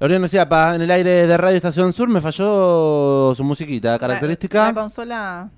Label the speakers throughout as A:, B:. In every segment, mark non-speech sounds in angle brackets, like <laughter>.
A: Orión Ciapa, en el aire de Radio Estación Sur me falló su musiquita
B: La,
A: característica.
B: la consola.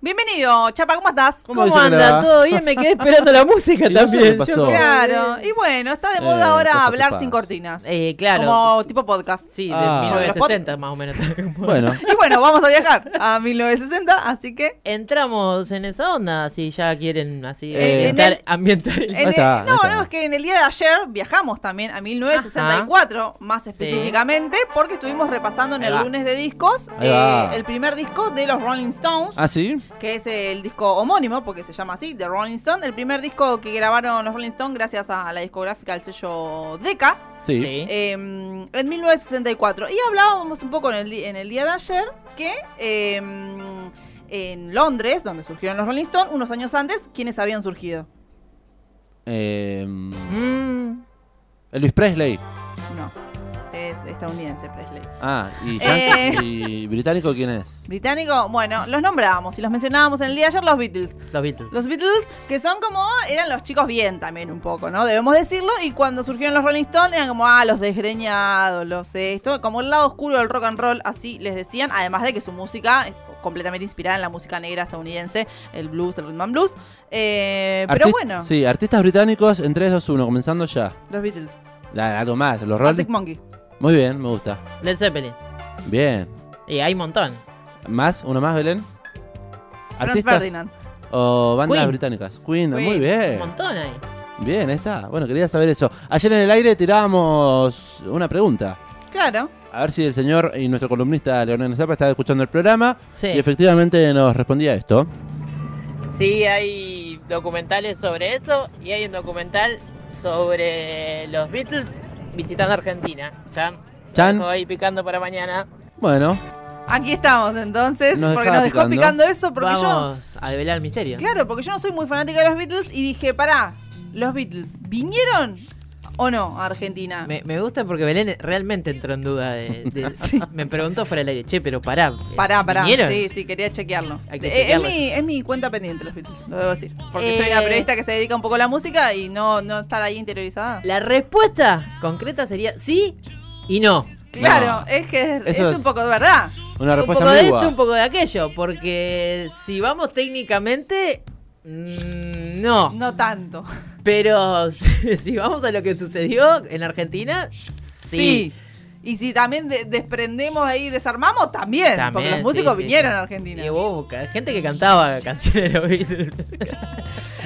B: Bienvenido, Chapa, ¿cómo estás?
A: ¿Cómo
C: ¿Cómo,
A: dice
C: anda?
A: la-
C: ¿Todo bien? Me quedé esperando la <laughs> música
A: Y no sé
C: también.
A: qué
C: Yo
A: pasó.
C: me quedé-
B: Claro. Y bueno, está de moda
A: Eh,
B: ahora
A: cosas que
B: hablar
A: pasan.
B: sin cortinas.
C: Eh, claro.
B: Como tipo podcast.
C: Sí, de
A: Ah.
C: 1960 más o menos. <laughs>
A: Bueno,
B: Y bueno, vamos a viajar a 1960, así que.
C: Entramos en esa onda, si ya quieren así
A: Eh,
C: ambientar,
B: en el-
C: ambientar el-
B: en el-
A: está, ahí
B: no,
A: está.
B: no, es que en el día de ayer viajamos también a 1964, más específicamente, porque estuvimos repasando en
C: Ahí
B: el
C: va.
B: lunes de discos
A: Ahí
B: eh,
A: va.
B: el primer disco de los Rolling Stones,
A: ¿ah, sí?
B: que es el disco homónimo, porque se llama así, The Rolling Stone. El primer disco que grabaron los Rolling Stones gracias a la discográfica del sello Decca.
A: Sí.
C: Sí.
B: Eh, en 1964. Y hablábamos un poco en el, di- en el día de ayer que eh, en Londres, donde surgieron los Rolling Stones, unos años antes, ¿quiénes habían surgido?
A: Eh,
C: Mm,
A: Elvis Presley.
B: No, es estadounidense Presley.
A: Ah, ¿y,
B: Eh.
A: y británico quién es?
B: Británico, bueno, los nombrábamos y los mencionábamos en el día de ayer, los Beatles.
C: los Beatles.
B: Los Beatles, que son como, eran los chicos bien también un poco, ¿no? Debemos decirlo. Y cuando surgieron los Rolling Stones, eran como, ah, los desgreñados, los esto, como el lado oscuro del rock and roll, así les decían. Además de que su música es completamente inspirada en la música negra estadounidense, el blues, el rhythm and blues. Eh, pero
A: Artist-
B: bueno,
A: Sí, artistas británicos en 3, 2, 1, comenzando ya.
B: los Beatles.
A: Da- Algo más, los Rolling.
B: Arctic Monkey.
A: Muy bien, me gusta.
C: Led Zeppelin.
A: Bien.
C: Y hay un montón.
A: ¿Más? ¿Uno más, Belén?
B: Franz
A: ¿Artistas
B: Ferdinand.
A: o bandas
C: Queen.
A: británicas? Queen,
B: Queen.
A: muy
C: Un
A: bien.
C: montón ahí.
A: Bien, ahí está. Bueno, quería saber eso. Ayer en el aire tirábamos una pregunta.
B: Claro.
A: A ver si el señor y nuestro columnista Leonel Zapa estaba escuchando el programa
C: Sí.
A: y efectivamente nos respondía esto.
D: Sí, hay documentales sobre eso y hay un documental sobre los Beatles visitando Argentina. Chan.
A: Chan.
D: Estoy picando para mañana.
C: eh.
A: Bueno,
B: Aquí estamos entonces,
A: Nos
B: porque
A: dejaba
B: nos dejó
A: picando.
B: picando eso, porque yo
C: Vamos a develar el misterio.
B: Claro, porque yo no soy muy fanática de los Beatles y dije, pará, ¿los Beatles vinieron o no a Argentina?
C: Ah. Me, me gusta porque Belén realmente entró en duda de, <laughs> de- me preguntó fuera del aire, che, pero pará. eh,
B: Pará, pará.
C: ¿vinieron?".
B: Sí, sí, quería chequearlo.
C: Hay que
B: Eh,
C: chequearlo.
B: Es, mi, es mi cuenta pendiente, los Beatles, lo debo decir. Porque
C: Eh.
B: soy una periodista que se dedica un poco a la música y no, no estar ahí interiorizada.
C: La respuesta concreta sería sí y no.
B: Claro, es que es,
A: Eso
B: es
A: es-
B: un poco de verdad.
A: una
C: un
A: respuesta
C: poco de
A: ambigua.
C: esto, un poco de aquello, porque si vamos técnicamente, mm, no.
B: No tanto.
C: Pero <laughs> si, si vamos a lo que sucedió en Argentina, sí.
B: Sí. Y si también de- desprendemos ahí, desarmamos, también. porque
C: También,
B: los músicos
C: sí, sí,
B: vinieron
C: sí.
B: a Argentina.
C: Y hubo ca- gente que cantaba canciones de los Beatles.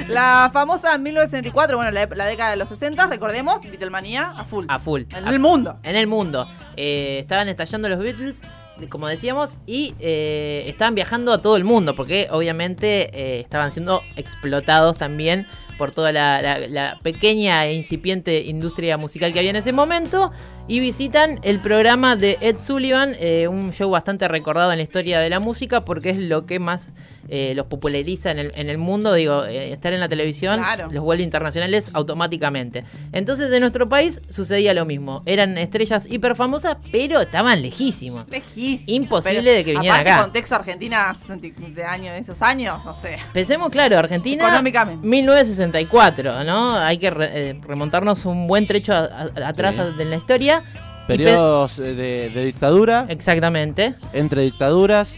B: La famosa 1964, bueno, la, la década de los 60, recordemos, Beatlemanía a full.
C: A full.
B: En
C: A-
B: el mundo.
C: en el mundo. Eh, estaban estallando los Beatles, como decíamos, y eh, estaban viajando a todo el mundo, porque obviamente eh, estaban siendo explotados también por toda la, la- la pequeña e incipiente industria musical que había en ese momento, y visitan el programa de Ed Sullivan, eh, un show bastante recordado en la historia de la música, porque es lo que más eh, los populariza en el, en el mundo, digo, eh, estar en la televisión
B: Claro.
C: los vuelve internacionales automáticamente. Entonces en nuestro país sucedía lo mismo. Eran estrellas hiper famosas, pero estaban lejísimos.
B: Lejísimo.
C: Imposible
B: Pero,
C: de que vinieran
B: aparte,
C: acá.
B: contexto Argentina 60 de año de esos años, no sé.
C: Pensemos, claro, Argentina.
B: Económicamente.
C: 1964, ¿no? Hay que re- eh, remontarnos un buen trecho a- a- atrás
A: Sí.
C: de la historia. Y pe-
A: Periodos eh, de, de dictadura,
C: Exactamente.
A: entre dictaduras,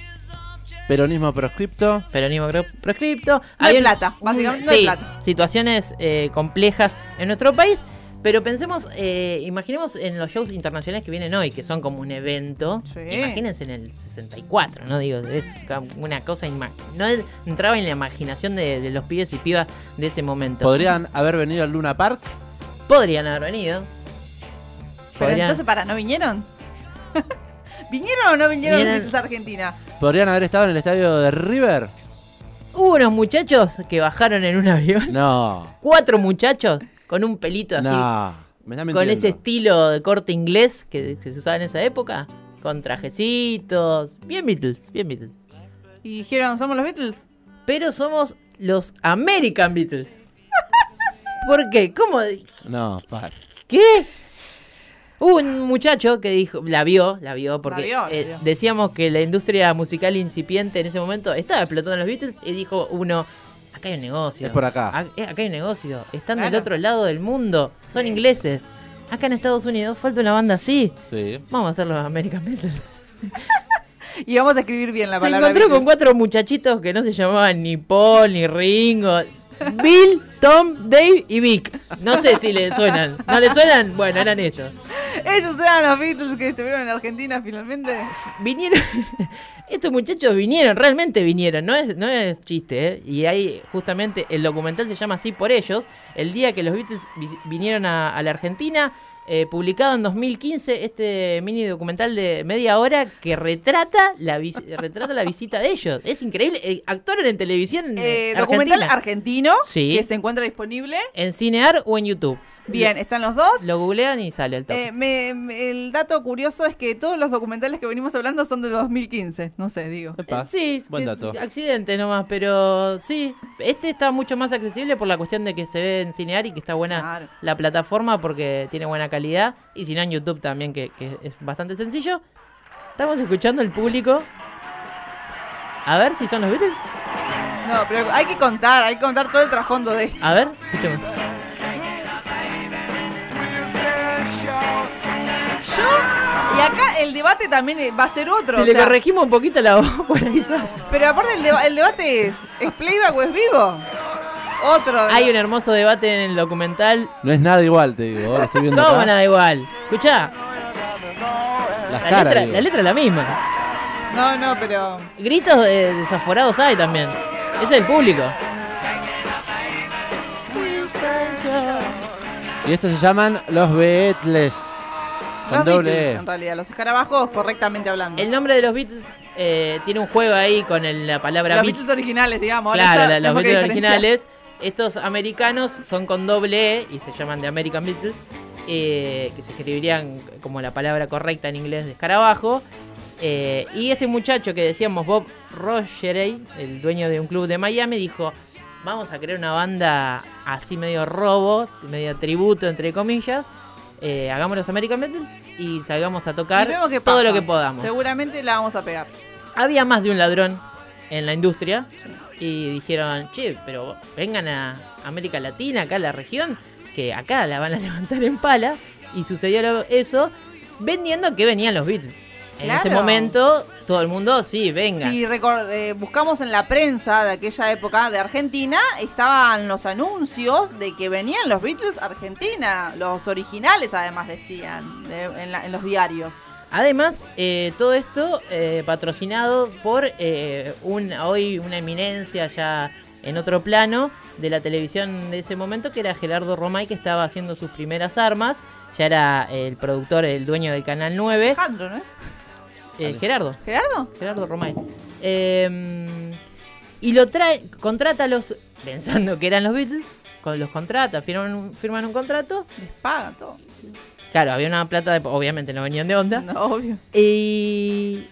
A: peronismo proscripto.
C: peronismo creo, proscripto.
B: No hay
C: Había
B: plata, básicamente no hay
C: sí,
B: plata.
C: Situaciones eh, complejas en nuestro país. Pero pensemos, eh, imaginemos en los shows internacionales que vienen hoy, que son como un evento.
B: Sí.
C: Imagínense en el 64, ¿no? Digo, es como una cosa ima- no es- entraba en la imaginación de, de los pibes y pibas de ese momento.
A: Podrían haber venido al Luna Park.
C: Podrían haber venido.
B: Pero
C: Podrían-
B: entonces, para, ¿no vinieron? <laughs> ¿Vinieron o no vinieron los
C: Vinieron.
B: Beatles a Argentina?
A: Podrían haber estado en el estadio de River.
C: Hubo unos muchachos que bajaron en un <laughs> avión.
A: No.
C: Cuatro muchachos con un pelito así.
A: No. Me está
C: con
A: mintiendo.
C: ese estilo de corte inglés que, que se usaba en esa época, con trajecitos, bien Beatles, bien Beatles.
B: Y dijeron, ¿somos los Beatles?
C: Pero somos los American Beatles. <laughs> ¿Por qué? ¿Cómo?
A: No, par.
C: ¿Qué? Hubo un muchacho que dijo, la vio, la vio, porque
B: vio, la
C: eh,
B: vio.
C: decíamos que la industria musical incipiente en ese momento estaba explotando los Beatles y dijo uno, acá hay un negocio.
A: Es por acá.
C: Ac- eh, Acá hay un negocio. Están del
B: Claro.
C: otro lado del mundo. Son
B: Sí.
C: ingleses. acá en Estados Unidos falta una banda así.
A: Sí.
C: Vamos a hacer los American Beatles.
B: Y vamos a escribir bien la
C: se
B: palabra.
C: encontró con
B: Beatles.
C: cuatro muchachitos que no se llamaban ni Paul, ni Ringo. Bill, Tom, Dave y Vic. No sé si le suenan. ¿No le suenan? Bueno, eran ellos.
B: Ellos eran los Beatles que estuvieron en Argentina finalmente.
C: Ah, Vinieron. <laughs> Estos muchachos vinieron, realmente vinieron. No es, no es chiste, ¿eh? Y ahí, justamente, el documental se llama así por ellos. El día que los Beatles vi- vinieron a, a la Argentina. eh, publicado en 2015 este mini documental de media hora que retrata la vis- retrata la visita de ellos. Es increíble. eh, actuaron en televisión.
B: Eh,
C: eh,
B: documental
C: argentina.
B: argentino
C: Sí.
B: que se encuentra disponible.
C: En Cinear o en YouTube.
B: Bien, están los dos.
C: Lo googlean y sale el top.
B: Eh, me- me- el dato curioso es que todos los documentales que venimos hablando son de 2015. No sé, digo.
A: Epa.
C: sí,
A: buen
C: que-
A: dato.
C: accidente nomás, pero sí. Este está mucho más accesible por la cuestión de que se ve en Cinear y que está buena
B: Claro.
C: la plataforma porque tiene buena calidad. Y si no, en YouTube también, que, que es bastante sencillo. Estamos escuchando al público. A ver si son los Beatles.
B: No, pero hay que contar, hay que contar todo el trasfondo de esto.
C: A ver, escuchemos.
B: Yo, y acá el debate también eh, va a ser otro.
C: Si
B: o
C: le
B: sea,
C: corregimos un poquito la voz <laughs> por ahí. ¿sabes?
B: pero aparte el, deba- el debate es, ¿es playback o es vivo? Otro.
C: Hay un hermoso debate en el documental.
A: No es nada igual, te digo. Ahora estoy viendo
C: ¿Cómo
A: acá
C: nada igual? Escuchá,
A: las
C: la
A: caras.
C: letra,
A: digo.
C: la letra es la misma.
B: No, no, pero...
C: Gritos eh, desaforados hay también. Es el público.
A: Y estos se llaman los Beatles. Con
B: Los
A: doble
B: Beatles,
A: E.
B: en realidad, los escarabajos correctamente hablando.
C: El nombre de los Beatles eh, tiene un juego ahí con el- la palabra
B: los
C: Beat-
B: Beatles originales, digamos. ahora
C: Claro,
B: ya
C: la- los
B: tenemos que
C: Beatles
B: diferenciar.
C: originales. Estos americanos son con doble E y se llaman The American Beatles, eh, que se escribirían como la palabra correcta en inglés de escarabajo. Eh, y este muchacho que decíamos, Bob Rogerey, el dueño de un club de Miami, dijo: Vamos a crear una banda así medio robo, medio tributo, entre comillas. eh, hagamos los American Beatles y salgamos a
B: Y
C: tocar
B: vemos qué
C: todo
B: pasa.
C: lo que podamos.
B: Seguramente la vamos a pegar.
C: Había más de un ladrón en la industria y dijeron, che, pero vengan a América Latina, acá a la región, que acá la van a <laughs> levantar en pala. Y sucedió lo- eso vendiendo que venían los Beatles. En ese
B: Claro.
C: momento todo el mundo, sí, venga.
B: Si recor- eh, buscamos en la prensa de aquella época de Argentina, estaban los anuncios de que venían los Beatles a Argentina. Los originales, además, decían de- en, la- en los diarios.
C: Además, eh, todo esto eh, patrocinado por eh, un, hoy una eminencia ya en otro plano de la televisión de ese momento, que era Gerardo Romay, que estaba haciendo sus primeras armas. Ya era eh, el productor, el dueño del Canal 9.
B: Alejandro, ¿no es?
C: Eh, Gerardo,
B: ¿Gerardo?
C: Gerardo Romay. Eh, y lo trae, contrata a los, pensando que eran los Beatles, con- los contrata, firman un, firman un contrato.
B: Les paga todo.
C: Claro, había una plata, de- obviamente no venían de onda.
B: No, obvio.
C: Y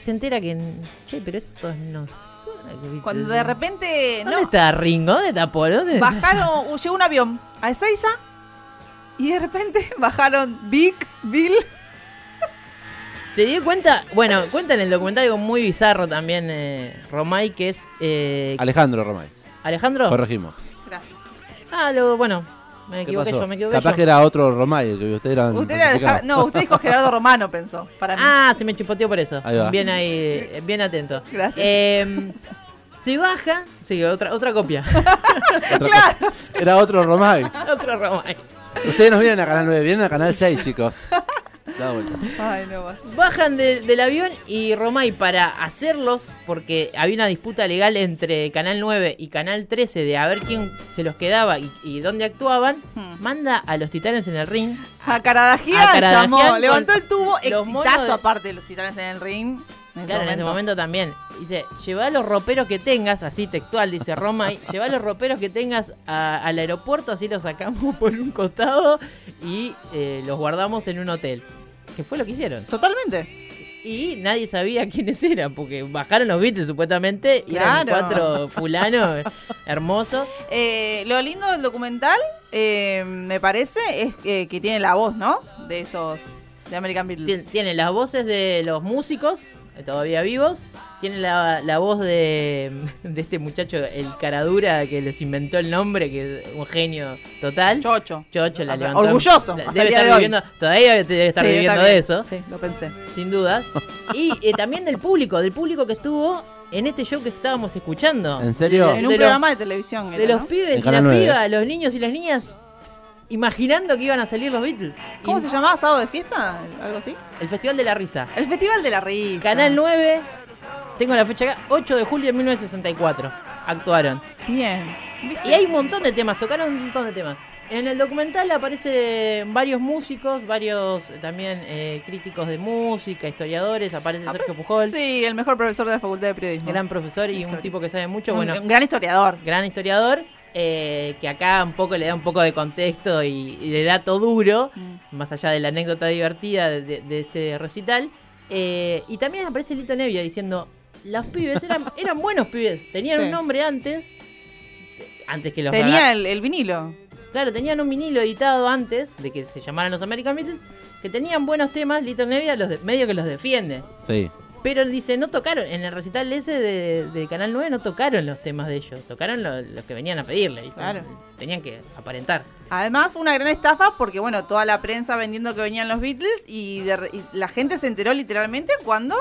C: se entera que. Che, pero estos no son. los Beatles.
B: Cuando de repente.
C: Eh, ¿Dónde
B: No,
C: está Ringo? ¿Dónde está Paul? ¿Dónde está?
B: bajaron.
C: <laughs>
B: u- Llegó un avión a Ezeiza. Y de repente <laughs> bajaron Vic, Bill.
C: Se dio cuenta. Bueno, cuenta en el documental algo muy bizarro también, eh, Romay, que es. eh,
A: Alejandro Romay.
C: ¿Alejandro?
A: Corregimos.
B: Gracias.
C: Ah, lo, bueno, me
A: ¿Qué
C: equivoqué
A: pasó?
C: yo, me equivoqué
A: Capaz
C: yo.
A: que era otro Romay, el que ustedes eran.
B: Usted era
A: personificados.
B: Alejandro- No, usted dijo Gerardo Romano, pensó. Para mí.
C: Ah, se me chupoteó por eso.
A: Ahí va.
C: Bien ahí, eh, bien atento.
B: Gracias.
C: Eh, se baja. Sí, otra, otra copia. <laughs>
A: Otra cosa. Era otro Romay.
C: Otro Romay.
A: Ustedes no vienen a Canal 9, vienen a Canal 6, chicos. Da vuelta.
B: Ay, no, va.
C: Bajan de- del avión y Romay para hacerlos, porque había una disputa legal entre Canal 9 y Canal 13 de a ver quién se los quedaba y, y dónde actuaban,
B: Hmm.
C: manda a los titanes en el ring.
B: A Caradagian,
C: A Caradagian
B: llamó,
C: con
B: levantó el tubo,
C: los monos
B: exitazo
C: de-
B: aparte de los titanes en el ring. En
C: Claro, en ese momento también. Dice, lleva los roperos que tengas, así textual, dice <laughs> Romay, lleva los roperos que tengas a- al aeropuerto, así los sacamos <laughs> por un costado y eh, los guardamos en un hotel. Que fue lo que hicieron.
B: Totalmente.
C: Y nadie sabía <laughs> quiénes eran, porque bajaron los Beatles supuestamente y eran
B: Claro. <laughs>
C: cuatro fulanos eh, hermosos.
B: Eh, lo lindo del documental, eh, me parece, es que, que tiene la voz, ¿no? De esos, de American Beatles.
C: Tien- Tiene las voces de los músicos, eh, todavía vivos. Tiene la, la voz de, <laughs> de este muchacho, el caradura que les inventó el nombre, que es un genio total.
B: Chocho.
C: Chocho la
B: Ah,
C: levantó.
B: orgulloso, hasta
C: Debe
B: el día
C: estar
B: de hoy.
C: viviendo, todavía debe estar
B: Sí, yo
C: viviendo
B: también.
C: de eso
B: Sí, lo pensé. <laughs>
C: sin duda. Y eh, también del público, del público que estuvo en este show que estábamos escuchando.
A: ¿En serio?
C: De-
B: En
C: de
B: un
C: los-
B: programa de televisión.
C: De
B: era,
C: los
B: ¿no?
A: En
C: pibes y las
A: Canal ¿eh? 9.
C: pibas, los niños y las niñas, imaginando que iban a salir los Beatles.
B: ¿Cómo
C: Y-
B: se llamaba? ¿Sábado de fiesta? ¿Algo así?
C: El Festival de la Risa.
B: El Festival de la Risa.
C: Canal 9, tengo la fecha acá, 8 de julio de 1964. Actuaron.
B: Bien.
C: Y hay un montón de temas, tocaron un montón de temas. En el documental aparecen varios músicos, varios eh, también eh, críticos de música, historiadores, aparece Sergio Pujol,
B: Ah, Sí, el mejor profesor de la Facultad de Periodismo.
C: gran profesor y un
B: Historia.
C: tipo que sabe mucho.
B: Un-
C: Bueno,
B: un gran historiador.
C: gran historiador, eh, que acá un poco le da un poco de contexto y, y de dato duro,
B: Mm.
C: más allá de la anécdota divertida de, de- de este recital. Eh, y también aparece Lito Nevia diciendo, los
B: <laughs>
C: pibes eran, eran buenos pibes, tenían
B: Sí.
C: un nombre antes, antes que los... haga-
B: Tenía el, el vinilo.
C: Claro, tenían un vinilo editado antes de que se llamaran los American Beatles, que tenían buenos temas, Lito Nevia los de- medio que los defiende.
A: Sí.
C: Pero él dice, no tocaron, en el recital ese de, de Canal 9 no tocaron los temas de ellos, tocaron lo- los que venían a pedirle, ¿viste?
B: Claro.
C: tenían que aparentar.
B: Además fue una gran estafa porque, bueno, toda la prensa vendiendo que venían los Beatles y, de re- y la gente se enteró literalmente cuando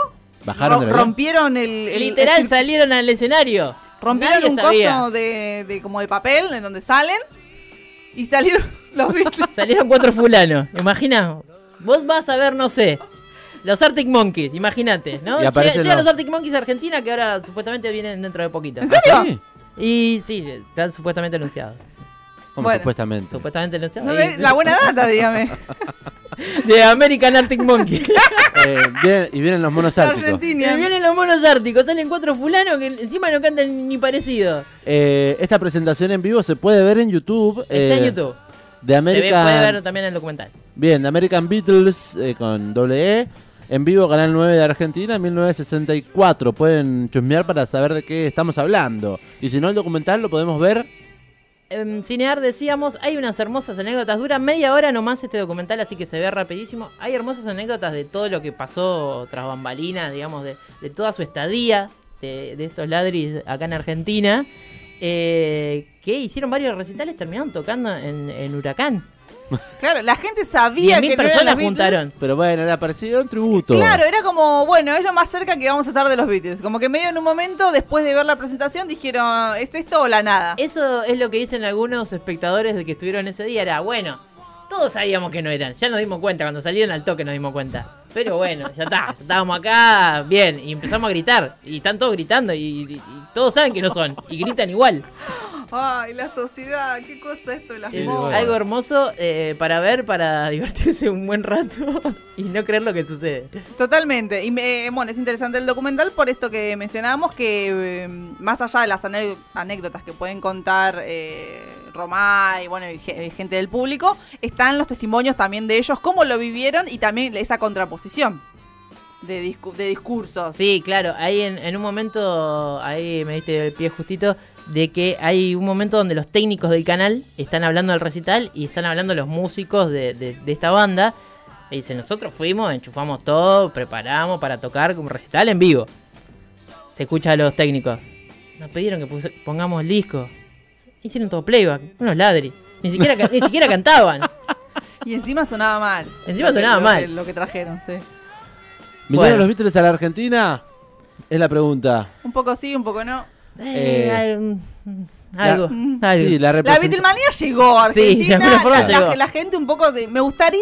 A: Bajaron
B: ro-
A: del avión.
B: rompieron el... el-
C: Literal
B: el-
C: salieron al escenario.
B: rompieron
C: Nadie
B: un
C: sabía.
B: coso de, de- como de papel en donde salen y salieron <laughs> los Beatles.
C: Salieron cuatro fulanos, imagina. Vos vas a ver, no sé, los Arctic Monkeys, imagínate, ¿no?
A: Y aparecen
C: Llega- llegan
A: los-
C: los Arctic Monkeys a Argentina que ahora supuestamente vienen dentro de poquito.
B: ¿En serio?
A: Ah, ¿Sí?
C: Y sí, están supuestamente anunciados.
A: Como
B: Bueno.
A: supuestamente.
C: Supuestamente anunciados.
B: No
C: Y-
B: me- la buena data, dígame.
C: De American Arctic Monkey.
A: Eh, vienen- y vienen los monos árticos.
C: Y
B: Argentina.
C: vienen los monos árticos, salen cuatro fulanos que encima no cantan ni parecido.
A: Eh, esta presentación en vivo se puede ver en YouTube.
C: Está en
A: eh,
C: YouTube.
A: De
C: Se ve-
A: American,
C: puede ver también el documental.
A: Bien, de American Beatles eh, con doble E. En vivo, Canal 9 de Argentina, 1964. Pueden chusmear para saber de qué estamos hablando. Y si no, el documental lo podemos ver.
C: En Em, Cinear decíamos, hay unas hermosas anécdotas, dura media hora nomás este documental, así que se ve rapidísimo. Hay hermosas anécdotas de todo lo que pasó tras bambalinas, digamos, de, de toda su estadía de, de estos ladris acá en Argentina, eh, que hicieron varios recitales, terminaron tocando en, en Huracán.
B: Claro, la gente sabía que
C: 10.000
B: no eran
C: personas
B: los Beatles.
C: juntaron.
A: Pero bueno, le apareció un tributo.
B: Claro, era como, bueno, es lo más cerca que vamos a estar de los Beatles. Como que medio en un momento, después de ver la presentación, dijeron, ¿es esto o la nada?
C: Eso es lo que dicen algunos espectadores de que estuvieron ese día. Era, bueno, todos sabíamos que no eran. Ya nos dimos cuenta, cuando salieron al toque nos dimos cuenta. Pero bueno, ya está, ya estábamos acá, bien, y empezamos a gritar. Y están todos gritando, y, y- y todos saben que no son. Y gritan igual.
B: Ay, la sociedad, qué cosa esto de las
C: Es
B: modas.
C: algo hermoso eh, para ver, para <laughs> divertirse un buen rato y no creer lo que sucede.
B: Totalmente. Y me- eh, bueno, es interesante el documental por esto que mencionábamos, que eh, más allá de las ane- anécdotas que pueden contar eh, Romá y bueno, y ge- gente del público, están los testimonios también de ellos, cómo lo vivieron y también esa contraposición de, discu- de discursos.
C: Sí, claro, ahí en, en un momento, ahí me diste el pie justito, de que hay un momento donde los técnicos del canal están hablando del recital y están hablando los músicos de, de- de esta banda. Y dicen, nosotros fuimos, enchufamos todo, preparamos para tocar un recital en vivo. Se escucha a los técnicos. Nos pidieron que puse- pongamos el disco. Hicieron todo playback, unos ladri. Ni siquiera, ca- ni siquiera cantaban.
B: Y encima sonaba mal.
C: Encima
B: Lo que-
C: sonaba
B: lo
C: mal.
B: que- Lo que trajeron, sí.
A: ¿Vinieron
C: Bueno.
A: los Beatles a la Argentina? Es la pregunta.
B: Un poco sí, un poco no.
A: <laughs> Eh,
C: Eh, algo,
B: la-
C: algo.
A: Sí, la
B: La
A: representación.
B: Beatlemanía llegó a
C: Sí, de
B: Argentina.
C: alguna forma
B: la, la-
C: llegó.
B: la gente un poco de. Me gustaría.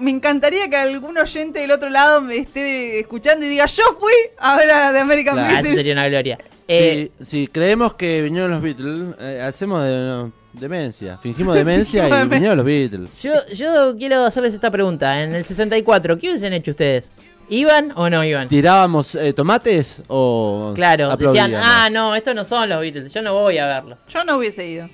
B: Me encantaría que algún oyente del otro lado me esté escuchando y diga: Yo fui a ver a The American
A: Claro.
C: Ah, eso
B: Beatles".
C: sería una gloria. Eh,
A: si, si creemos que vinieron los Beatles, eh, hacemos de- no, demencia. Fingimos demencia y
B: Fingimos
A: vinieron los Beatles.
C: Yo, yo quiero hacerles esta pregunta. En el 64, ¿qué hubiesen hecho ustedes? ¿Iban o no iban?
A: ¿Tirábamos eh, tomates o
C: Claro, decían,
A: aplaudíamos?
C: ah, no, estos no son los Beatles, yo no voy a verlos.
B: Yo no hubiese ido.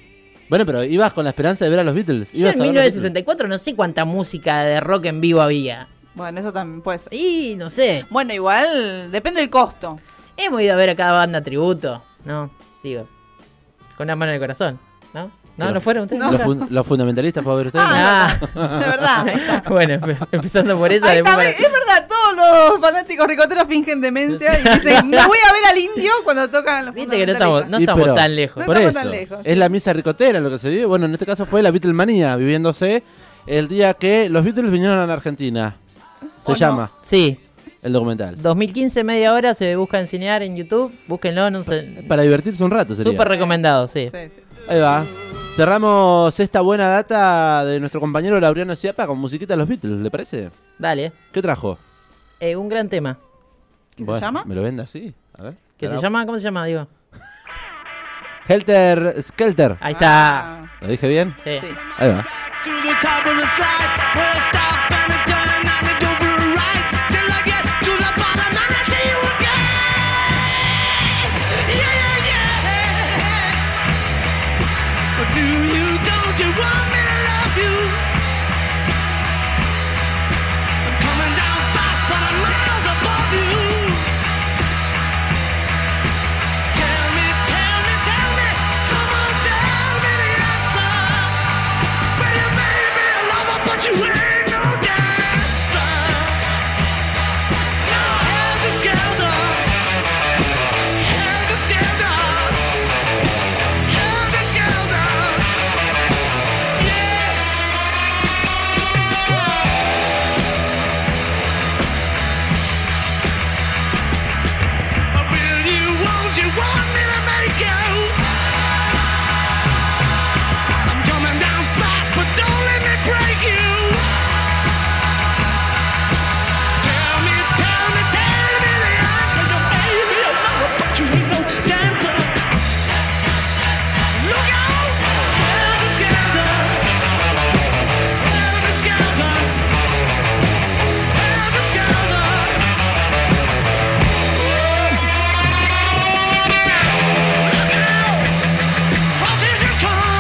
A: Bueno, pero ibas con la esperanza de ver a los Beatles.
C: Yo
A: ibas
C: en
A: a ver los Beatles.
C: 1964 no sé cuánta música de rock en vivo había.
B: Bueno, eso también puede ser.
C: Y no sé,
B: Bueno, igual depende del costo.
C: hemos ido a ver a cada banda tributo, ¿no? Digo, con una mano en el corazón, ¿no? ¿No,
A: Pero-
C: no fueron ustedes?
B: No.
A: ¿Los, fun- los fundamentalistas fue a ver ustedes?
C: Ah.
B: De verdad.
C: <laughs> bueno, <laughs> empe- empezando por esa,
B: Ahí
C: después
B: está,
C: para-
B: Es verdad, todo lo, los fanáticos ricoteros fingen demencia y dicen, me voy a ver al indio cuando tocan los
C: Viste que no estamos, no
A: Y
C: estamos
A: pero-
C: tan lejos.
B: No
A: Por
B: estamos
A: eso,
B: tan lejos,
A: es la misa ricotera lo que se vive. Bueno, en este caso fue la Beatlemanía, viviéndose el día que los Beatles vinieron a la Argentina. Se
B: ¿O no?
A: llama
C: Sí,
A: el documental.
C: 2015, media hora, se busca enseñar en YouTube. Búsquenlo, no sé.
A: Para divertirse un rato sería.
C: Súper recomendado, sí.
B: Sí, sí.
A: Ahí va. Cerramos esta buena data de nuestro compañero Laureano Ciapa con musiquita de los Beatles, ¿le parece?
C: Dale.
A: ¿Qué trajo?
C: Eh, un gran tema.
B: ¿Qué se
A: Bueno,
B: llama?
A: ¿Me lo vende así? A ver.
C: ¿Qué
A: Ahora-
C: se llama? ¿Cómo se llama? Digo.
A: Helter Skelter.
C: Ahí está. eh.
B: Ah,
A: ¿Lo dije bien?
C: Sí.
B: sí.
A: Ahí va.
E: To the top of the slide, where I stop and I turn and I go for a ride till I get to the bottom and I see you again. Yeah, yeah, yeah. Do you, don't you want me to love you? I'm coming down fast, but I'm miles above you. Tell me, tell me, tell me, come on, tell me the answer. Well, you may be a lover, but you ain't no dancer. Now hand is together, hand is together, hand is together. Yeah. Will you, won't you want me to make you? I'm coming down fast, but don't let me break you. Tell me, tell me, tell me the answer. No, baby, I know, but you ain't no dancer. Look out! Held is gathered. Held is gathered. Held is gathered. Look out! Crosses you come.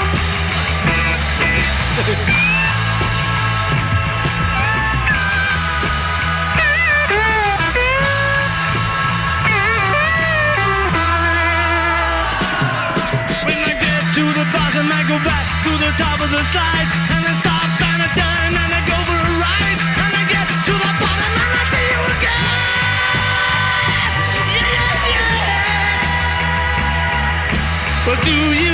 E: When I get to the bottom, I go back to the top of the slide, and I stop and I turn and I go for a ride, and I get to the bottom and I see you again. Yeah, yeah, yeah. But do you,